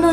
の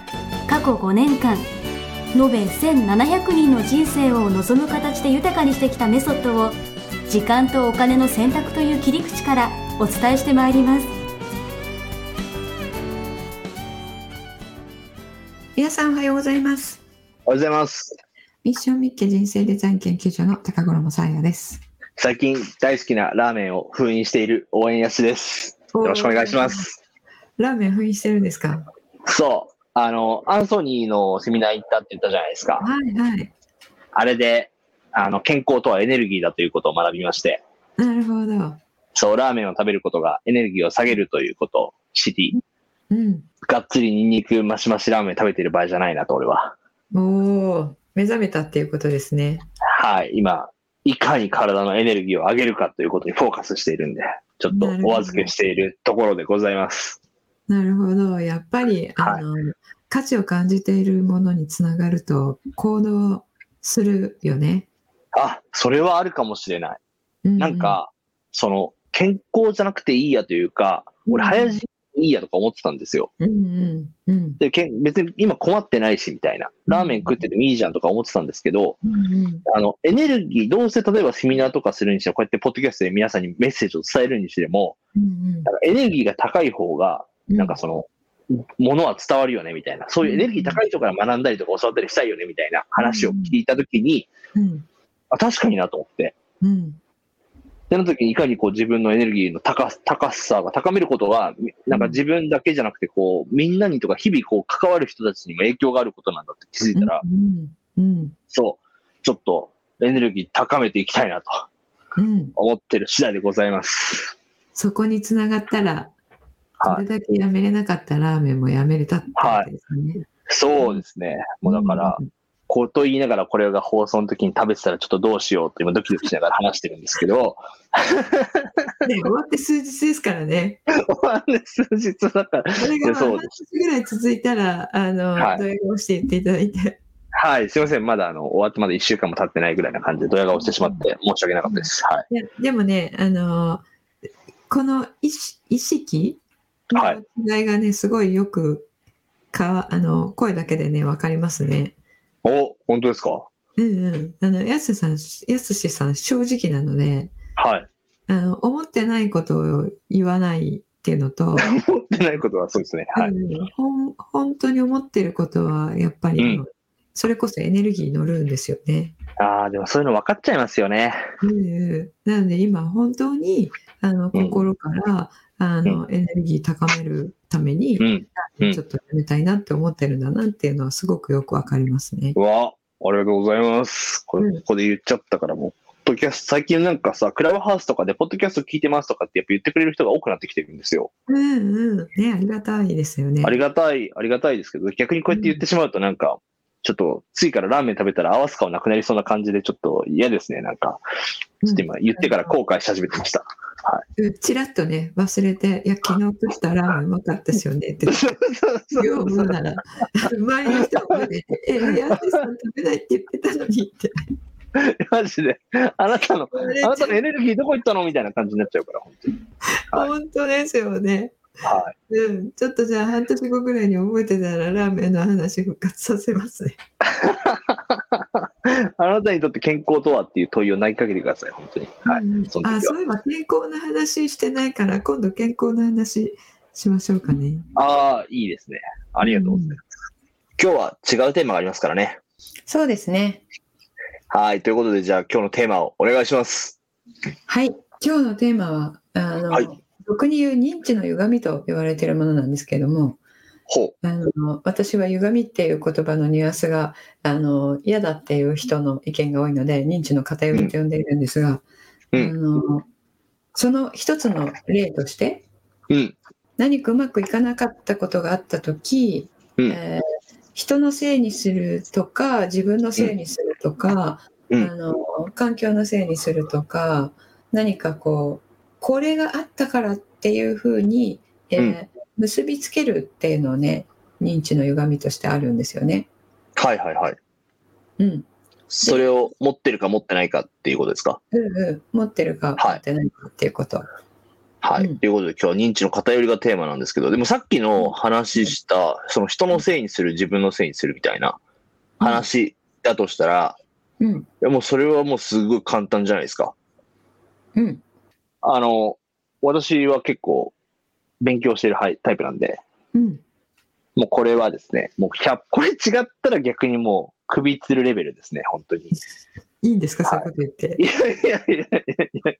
過去5年間延べ1700人の人生を望む形で豊かにしてきたメソッドを時間とお金の選択という切り口からお伝えしてまいります皆さんおはようございます。おはようございます。ミッションミッケ人生デザイン研究所の高頃もさやです。最近大好きなラーメンを封印している応援やすです。よろしくお願いしま。す。ラーメン封印してるんですか。そう。あの、アンソニーのセミナー行ったって言ったじゃないですか。はいはい。あれで、あの、健康とはエネルギーだということを学びまして、なるほど。そう、ラーメンを食べることがエネルギーを下げるということを知り、うん。がっつりニンニクマシマシラーメン食べてる場合じゃないなと、俺は。おお、目覚めたっていうことですね。はい。今、いかに体のエネルギーを上げるかということにフォーカスしているんで、ちょっとお預けしているところでございます。なるほど。やっぱりあの、価値を感じているものにつながると行動するよね。あ、それはあるかもしれない。ううなん、か、その、健康じゃなくていいやというか、俺、早死にいいやとか思ってたんですよ。うんうんうんで、けん別に今困ってないし、みたいな。ラーメン食っててもいいじゃんとか思ってたんですけど、うんうんあの、エネルギー、どうせ例えばセミナーとかするにしても、こうやってポッドキャストで皆さんにメッセージを伝えるにしても、うんなんかエネルギーが高い方が、うん。なんかその、ものは伝わるよね、みたいな。そういうエネルギー高い人から学んだりとか教わったりしたいよね、みたいな話を聞いたときに、うんあ、確かになと思って。うんでの時にいかにこう自分のエネルギーの高高さが高めることが、みなんか自分だけじゃなくて、こう、みんなにとか日々こう関わる人たちにも影響があることなんだって気づいたら、うんうんそう、ちょっとエネルギー高めていきたいなとうん。思ってる次第でございます。そこにつながったら、はいそれだけやめれなかったラーメンもやめれたってことですね。そうですね。もうだから、うん、こと言いながらこれが放送の時に食べてたらちょっとどうしようと今ドキドキしながら話してるんですけど、ね、終わって数日ですからね。お話数日だから、これがまあそう半で日ぐらい続いたら、あの、はい動画をして言っていただいて。はい、すいません。まだあの、終わってまだ1週間も経ってないぐらいな感じでドヤ顔してしまって申し訳なかったです。はい。いやでもね、あの、この意識意識はいの違いがね、すごいよくか、あの、声だけでね、わかりますね。お、本当ですかうんうん。あの、やすさん、やすしさん、正直なので、はい。 あの、思ってないことを言わないっていうの と、思ってないことはそうですね。はい。うんほん本当に思ってることはやっぱり、うんそれこそエネルギー乗るんですよね。ああ、でもそういうの分かっちゃいますよね。うんなので今本当にあの心から、あのエネルギー高めるために、うん。うんちょっとやめたいなって思ってるんだなっていうのはすごくよくわかりますねう。わ、ありがとうございます。こうれ、んここで言っちゃったからもう。ポッドキャスト最近なんかさ、クラブハウスとかで、ポッドキャスト聞いてますとかってやっぱ言ってくれる人が多くなってきてるんですよ。うんうん。ねありがたいですよね。ありがたい、ありがたいですけど、逆にこうやって言ってしまうとなんか、ちょっと、ついからラーメン食べたら合わす顔なくなりそうな感じで、ちょっと嫌ですね、なんか。ちょっと今、言ってから後悔し始めてました。 うんちらっとね忘れて「いや昨日食ったラーメンうまかったですよね」って そうそうそうよう思うなら 周りの人もね「 えやってさん食べないって言ってたのに」ってマジで。あなたの、言われちゃあうなたのエネルギーどこ行ったのみたいな感じになっちゃうから、本当に。は い本当ですよね。はい。うん、ちょっとじゃあ半年後ぐらいに覚えてたらラーメンの話復活させますね。あなたにとって健康とはっていう問いを投げかけてください、本当に。はい。うんその時はあそういえば健康な話してないから今度健康の話しましょうかね。ああ、いいですね。ありがとうございます。今日は違うテーマがありますからね。そうですね。はい。ということで、じゃあ今日のテーマをお願いします。はい今日のテーマはあの、はい俗に言う認知の歪みと言われているものなんですけどもほあの私は歪みっていう言葉のニュアンスがあの嫌だっていう人の意見が多いので認知の偏りと呼んでいるんですが、うんあのその一つの例としてう。うん。何かうまくいかなかったことがあった時、うんえー人のせいにするとか自分のせいにするとか、うんあの環境のせいにするとか何かこうこれがあったからっていうふうに、えー結びつけるっていうのをね認知の歪みとしてあるんですよね。はいはいはい。うんそれを持ってるか持ってないかっていうことですか。うんうん、持ってるかはい持ってないかっていうこと。はい。うんということで今日は認知の偏りがテーマなんですけど、でもさっきの話した、その人のせいにする、自分のせいにするみたいな話だとしたら、うんいやもうそれはもうすごい簡単じゃないですか。うんあの、私は結構勉強してるはいタイプなんで、うんもうこれはですね、もう100、これ違ったら逆にもう首つるレベルですね、本当 に。いいんですか、そういうこと言って。いやいやいやいやいやい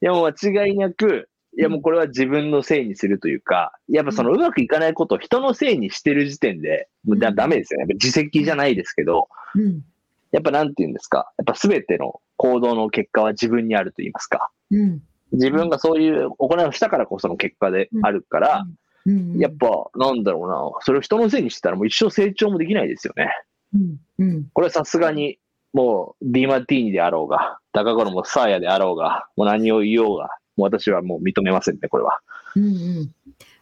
や、もう間違いなく、いやもうこれは自分のせいにするというか、やっぱそのうまくいかないことを人のせいにしてる時点で、もうだうんダメですよね。やっぱ自責じゃないですけど、うんやっぱなんて言うんですか、やっぱ全ての行動の結果は自分にあると言いますか。うん自分がそういう行いをしたからこその結果であるから、うんやっぱなんだろうな、それを人のせいにしてたらもう一生成長もできないですよね。うんうんこれはさすがに、もう、ディマティーニであろうが、高頃もサーヤであろうが、もう何を言おうが、もう私はもう認めませんね、これは。うんうん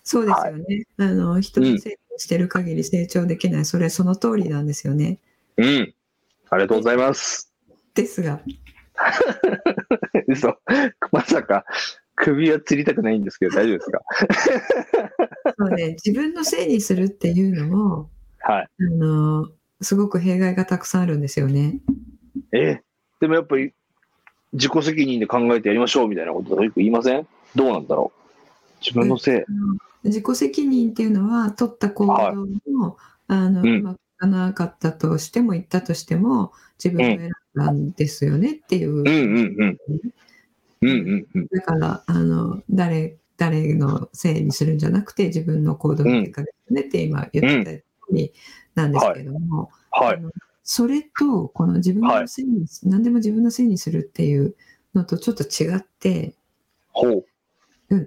そうですよね。あの人のせいにしてる限り成長できない、それその通りなんですよね。うん。ありがとうございます。 ですが、嘘。まさか、首は吊りたくないんですけど、大丈夫ですかそうね、 自分のせいにするっていうのも、はい。あのすごく弊害がたくさんあるんですよね。え、でもやっぱり、自己責任で考えてやりましょうみたいなことよく言いませんどうなんだろう自分のせい。自己責任っていうのは取った行動はいも、あのうんうまくいかなかったとしても言ったとしても自分を選んだんですよねっていう。うんうんうん。うんうんうん。だからあの誰誰のせいにするんじゃなくて自分の行動の結果ですねって今言ってたようになんですけども、はいあ。のそれとこの自分のせいに、何でも自分のせいにするっていうのとちょっと違って、ほう。うん、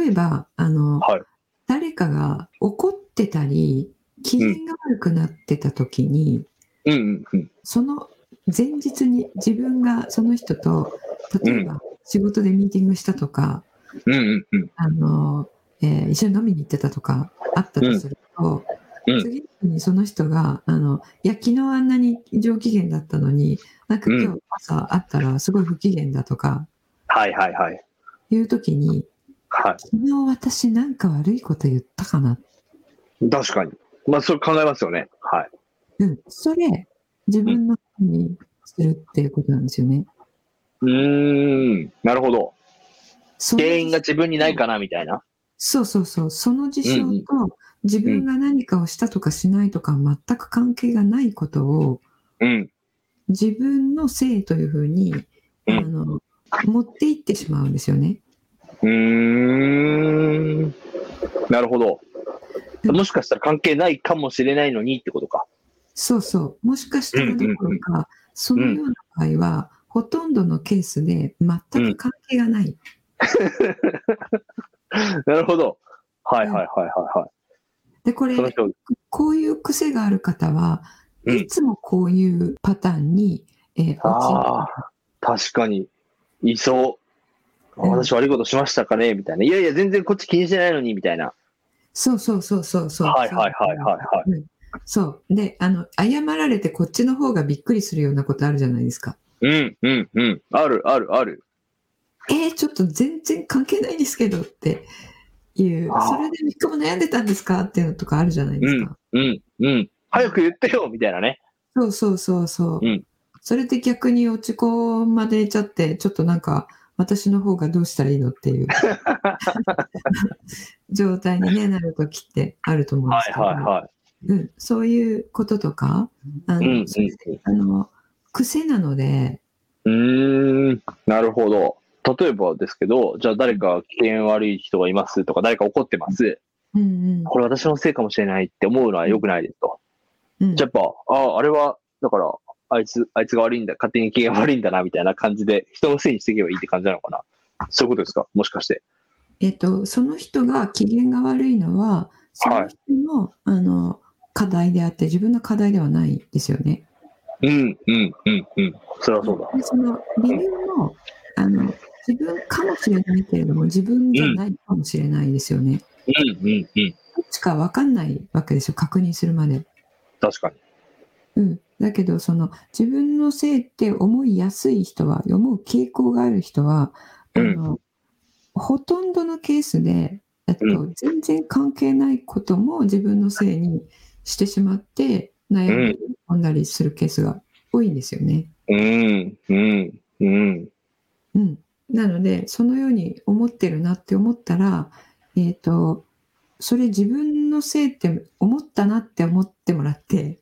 例えばあの、はい誰かが怒ってたり機嫌が悪くなってた時に、うんうんうん。その前日に自分がその人と例えば仕事でミーティングしたとか、うんうんうん。あの、えー一緒に飲みに行ってたとかあったとすると、うんうん次の日にその人があのいや昨日あんなに上機嫌だったのになんか今う日朝会ったらすごい不機嫌だとかはいはいはい。いう時にはい。昨日私なんか悪いこと言ったかな、確かに。まあ、それ考えますよね。はい。うん、それ自分の方にするっていうことなんですよね。うーん、なるほど。その原因が自分にないかな、みたいな。そうそうそうその事う象んうんと自分が何かをしたとかしないとか全く関係がないことをうん。自分の性というふうに、うんあの持っていってしまうんですよね。うーん。なるほど。うんもしかしたら関係ないかもしれないのにってことか。そうそう。もしかしたらどころか、うんうんそのような場合は、ほとんどのケースで全く関係がない。なるほど。はいはいはいはいはで、こい。そのれ、人、こういう癖がある方は、うんいつもこういうパターンに、えーあ陥あ、確かに、いそう。私悪いことしましたかねみたいな。いやいや、全然こっち気にしてないのに、みたいな。るそうそうそうそうそう。はいはいはいはいはうんそう。で、あの、謝られてこっちの方がびっくりするようなことあるじゃないですか。うんうんうん。あるあるある。えー、ちょっと全然関係ないですけどっていう、あーそれで3日も悩んでたんですかっていうのとかあるじゃないですか。うんうん。早く言ってよみたいなね。そうそうそうそう。うんそれで逆に落ち込までいちゃって、ちょっとなんか、私の方がどうしたらいいのって いう状態に、ね、なるときってあると思うんではすいけど、はいはうん、そういうこととか、あの,、い。うんうんそれうん。あの癖なので、うーん、なるほど。例えばですけど、じゃあ誰か危険悪い人がいますとか、誰か怒ってます。うんこれ私のせいかもしれないって思うのは良くないですと。うんうんじゃあやっぱ、ああ、あれは、だから、あいつ、あいつが悪いんだ、勝手に機嫌悪いんだな、みたいな感じで、人のせいにしていけばいいって感じなのかな。そういうことですかもしかして。えっと、その人が機嫌が悪いのは、その人の,、あの課題であって自分の課題ではないですよね。うん、うん、うん、うん。それはそうだ。でその理由もあの自分かもしれないけれども自分じゃないかもしれないですよね。うん、うん、うん。どっちか分かんないわけですよ確認するまで。確かに。うん、だけどその自分のせいって思いやすい人は思う傾向がある人は、うんあのほとんどのケースで、えっとう全然関係ないことも自分のせいにしてしまって悩んだり込んだりするケースが多いんですよね。うん、うん、うん。うん、なのでそのように思ってるなって思ったら、えっとそれ自分のせいって思ったなって思ってもらって。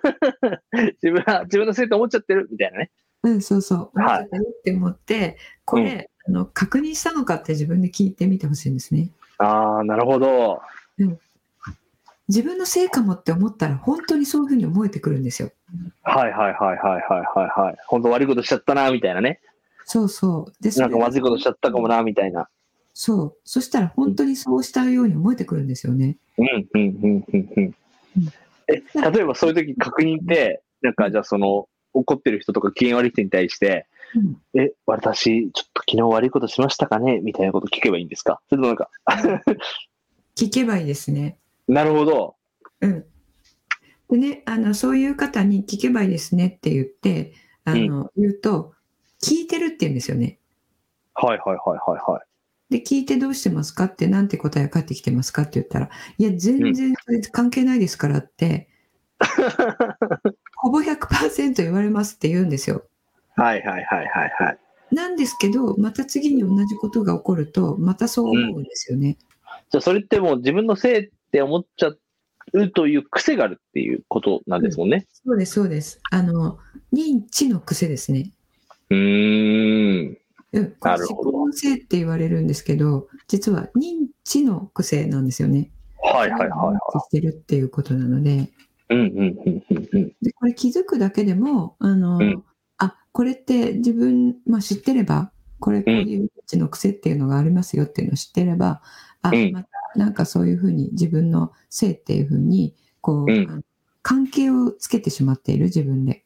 自分は、自分のせいと思っちゃってるみたいなね。うん、そうそう。は思っいてたよって思って、これ、あの、確認したのかって自分で聞いてみてほしいんですね。ああ、なるほど。自分のせいかもって思ったら、本当にそういうふうに思えてくるんですよ。はいはいはいはいはいはいはい。本当悪いことしちゃったな、みたいなね。そうそう。で、そなんれかまずいことしちゃったかもな、みたいな。そう。そしたら、本当にそうしたように思えてくるんですよね。うん、うん、うん、うん、うん。え、例えばそういう時確認って、なんかじゃあその、怒ってる人とか機嫌悪い人に対して、うんえ、私、ちょっと昨日悪いことしましたかねみたいなこと聞けばいいんですかそれともなんか、聞けばいいですね。なるほど。うん。でね、あの、そういう方に聞けばいいですねって言って、あの、言うと、聞いてるって言うんですよね。はいはいはいはいはい。で、聞いてどうしてますかって、なんて答えが返ってきてますかって言ったら、いや、全然それ関係ないですからって、 ほぼ100%言われますって言うんですよ。はいはいはいはいはい。なんですけど、また次に同じことが起こると、またそう思うんですよね。じゃあそれってもう自分のせいって思っちゃうという癖があるっていうことなんですもんね。そうです、そうです。あの、認知の癖ですね。うーん。うん、これなるほど思考のせいって言われるんですけど、実は認知の癖なんですよね。はいはいはいは認知してるっていうことなので。い。うんうんうんうんうん。でこれ気づくだけでもあの、うんあこれって自分、まあ、知ってればこれこういううちの癖っていうのがありますよっていうのを知ってればあ、うんまたなんかそういうふうに自分の性っていうふうにこう、うんあの関係をつけてしまっている自分で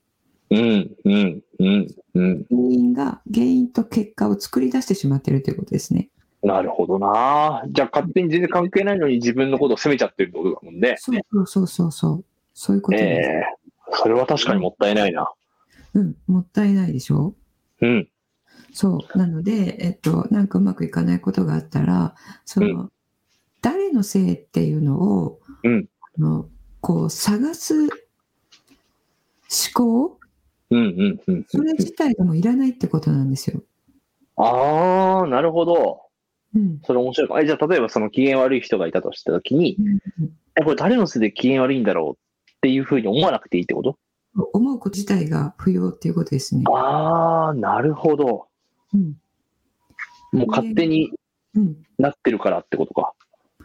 うんうんうんうん。原因が原因と結果を作り出してしまっているということですね。なるほどな。じゃあ勝手に全然関係ないのに自分のことを責めちゃってるってことだもんね。そうそうそうそうそうそういうことえなんです、えそれは確かにもったいないな。うん、もったいないでしょうん。そう。なので、えっと、なんかうまくいかないことがあったら、その、誰のせいっていうのを、うんあのこう、探す思考、うんうんうんそれ自体がもういらないってことなんですよ。ああ、なるほど。うん。それ面白いかも。え、じゃあ例えばその機嫌悪い人がいたとしたときに、え、これ誰のせいで機嫌悪いんだろうっていうふうに思わなくていいってこと思うこと自体が不要っていうことですね。ああ、なるほど。うん。もう勝手にうん。なってるからってことか。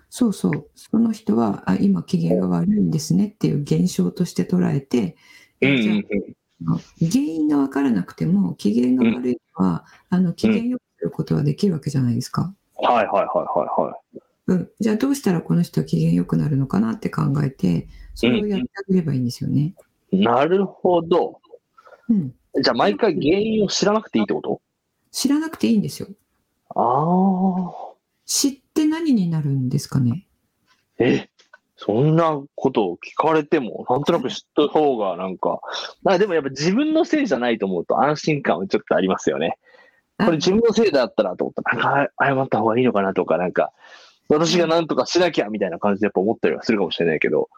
そうそう。その人は、あ、今機嫌が悪いんですねっていう現象として捉えて、うんうじゃあんうん。原因が分からなくても機嫌が悪いのは、あの機嫌よくすることはできるわけじゃないですか、はいはいはいはいはい。うん、じゃあどうしたらこの人は機嫌よくなるのかなって考えてそれをやってあげればいいんですよね、なるほど。うん、じゃあ、毎回原因を知らなくていいってこと知らなくていいんですよああ。知って何になるんですかねえ、そんなことを聞かれても、なんとなく知った方が、なんか、あでもやっぱ自分のせいじゃないと思うと安心感はちょっとありますよね。これ自分のせいだったらと思ったら、なんか謝った方がいいのかなとか、なんか、私がなんとかしなきゃみたいな感じでやっぱ思ったりはするかもしれないけど。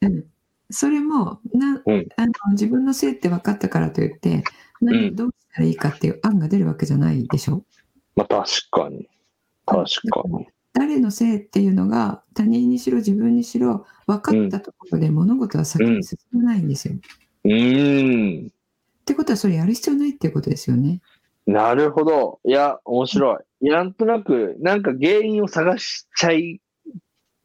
うん、それもな、うんあの自分のせいって分かったからといって何うんどうしたらいいかっていう案が出るわけじゃないでしょ、まあ確かに。確かに。誰のせいっていうのが他人にしろ自分にしろ分かったところで物事は先に進まないんですよ。っうーん。てことはそれやる必要ないっていうことですよね。なるほど。いや、面白い。いやなんとなく、なんか原因を探しちゃい、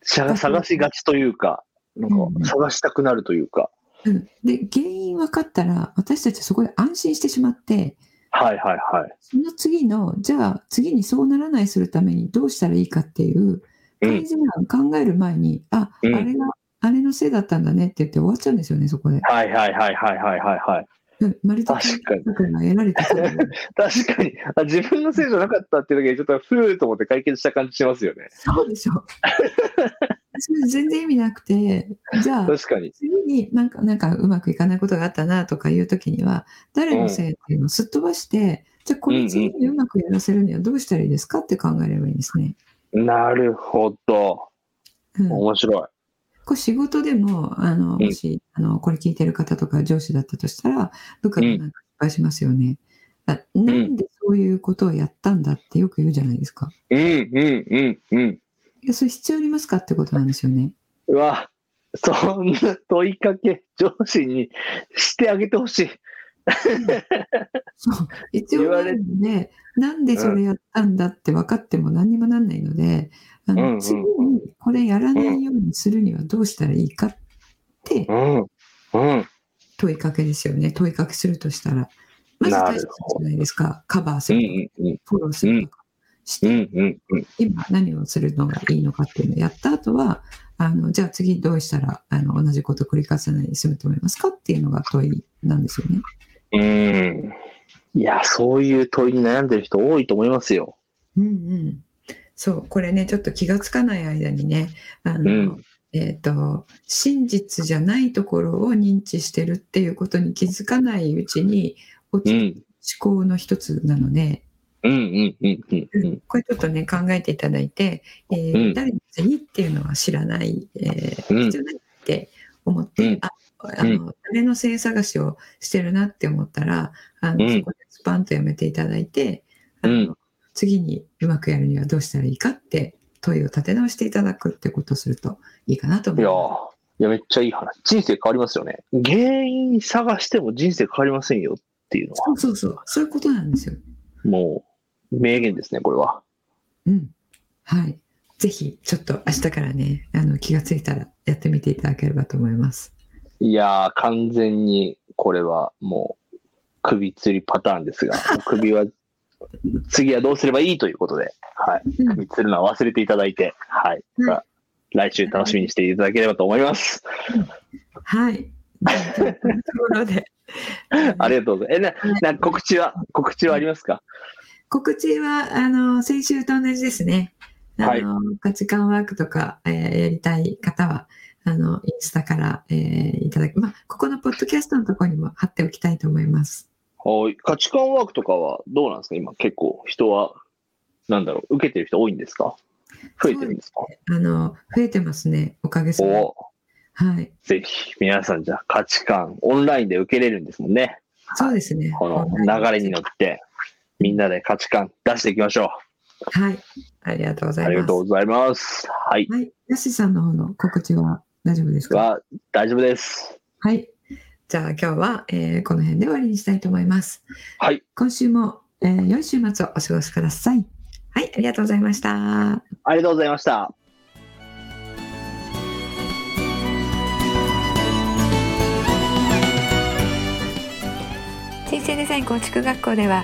しゃ探しがちというか、なんうんか探したくなるというか。うん、で原因分かったら私たちはそこで安心してしまってはいはいはい。その次のじゃあ次にそうならないするためにどうしたらいいかっていうう改ん。善案考える前に、あ、うんあれがあれのせいだったんだねって言って終わっちゃうんですよね、そこで。はいはいはいはいはいはいはい。うん割と確かに感覚が得られてくる確かにあ、自分のせいじゃなかったっていうだけで、ちょっとふーっと思って解決した感じしますよね。そうでしょ。 それ全然意味なくて、じゃあ、確かに。次になんかなんかうまくいかないことがあったなとかいう時には誰のせいっていうのをすっ飛ばして、じゃあこれ次にうまくやらせるにはどうしたらいいですかって考えればいいんですね。なるほど。うん、こ面白い。れ仕事でもあのうんもし、あのこれ聞いてる方とか上司だったとしたら部下がなんか失敗しますよね。あなんでそういうことをやったんだってよく言うじゃないですか。うんうんうんうん。いやそれ必要ありますかってことなんですよね。うわ、そんな問いかけ、上司にしてあげてほしい。そう必要ないのでなんでそれやったんだって分かっても何にもなんないので、あのうんうん次にこれやらないようにするにはどうしたらいいかってうん。うん。問いかけですよね問いかけするとしたらまず大切じゃないですかカバーすうんうるとか、んうん。フォローするとかして、うんうんうん。今何をするのがいいのかっていうのをやった後はあのじゃあ次どうしたらあの同じこと繰り返さないで済むと思いますかっていうのが問いなんですよね。うん。いや、そういう問いに悩んでる人多いと思いますよ。うんうん、そうこれねちょっと気がつかない間にねあの、うんえっ、と真実じゃないところを認知してるっていうことに気づかないうちに落ちうん。思考の一つなので、うんうんうんうんうん。これちょっとね考えていただいて、えーうん誰のせいっていうのは知らない、えーうん必要ないって思って、うんああの、誰のせい探しをしてるなって思ったらあの、うんそこでスパンとやめていただいてあの、うん次にうまくやるにはどうしたらいいかって問いを立て直していただくってことをするといいかなと思いいやまーいや、めっちゃいい話。人生変わりますよね。原因探しても人生変わりませんよっていうのすは、そうそうそうそういうことなんですよ。もう、名言ですね、これは。うん。はい。ぜひ、ちょっと明日からね、あの気がついたらやってみていただければと思います。いやー、完全に、これはもう、首吊りパターンですが、首は、次はどうすればいいということで、はい。首吊るのは忘れていただいて、はい。まあ来週楽しみにしていただければと思います。はい。じゃあというところでありがとうございます。え、な、な告知は、告知はありますか告知はあの先週と同じですね。あの価値観ワークとか、えーやりたい方はあのインスタから、えーいただき、まあ、ここのポッドキャストのところにも貼っておきたいと思います。はい。価値観ワークとかはどうなんですか今結構人は、なんだろう、受けてる人多いんですか増えてるんですかあの増えてますね、おかげさまで。おはい、ぜひ、皆さんじゃあ価値観、オンラインで受けれるんですもんね。そうですね。この流れに乗って、みんなで価値観出していきましょはい、ありがとうごう。ざいありがます。とうございます。はい。はい、やすしさんの方の告知は大丈夫ですか。は、大丈夫です。はい、じゃあ今日は、えーこの辺で終わりにしたいと思います。はい。今週も、えー良い週末をお過ごしください。はい、ありがとうございました。ありがとうございました。人生デザイン構築学校では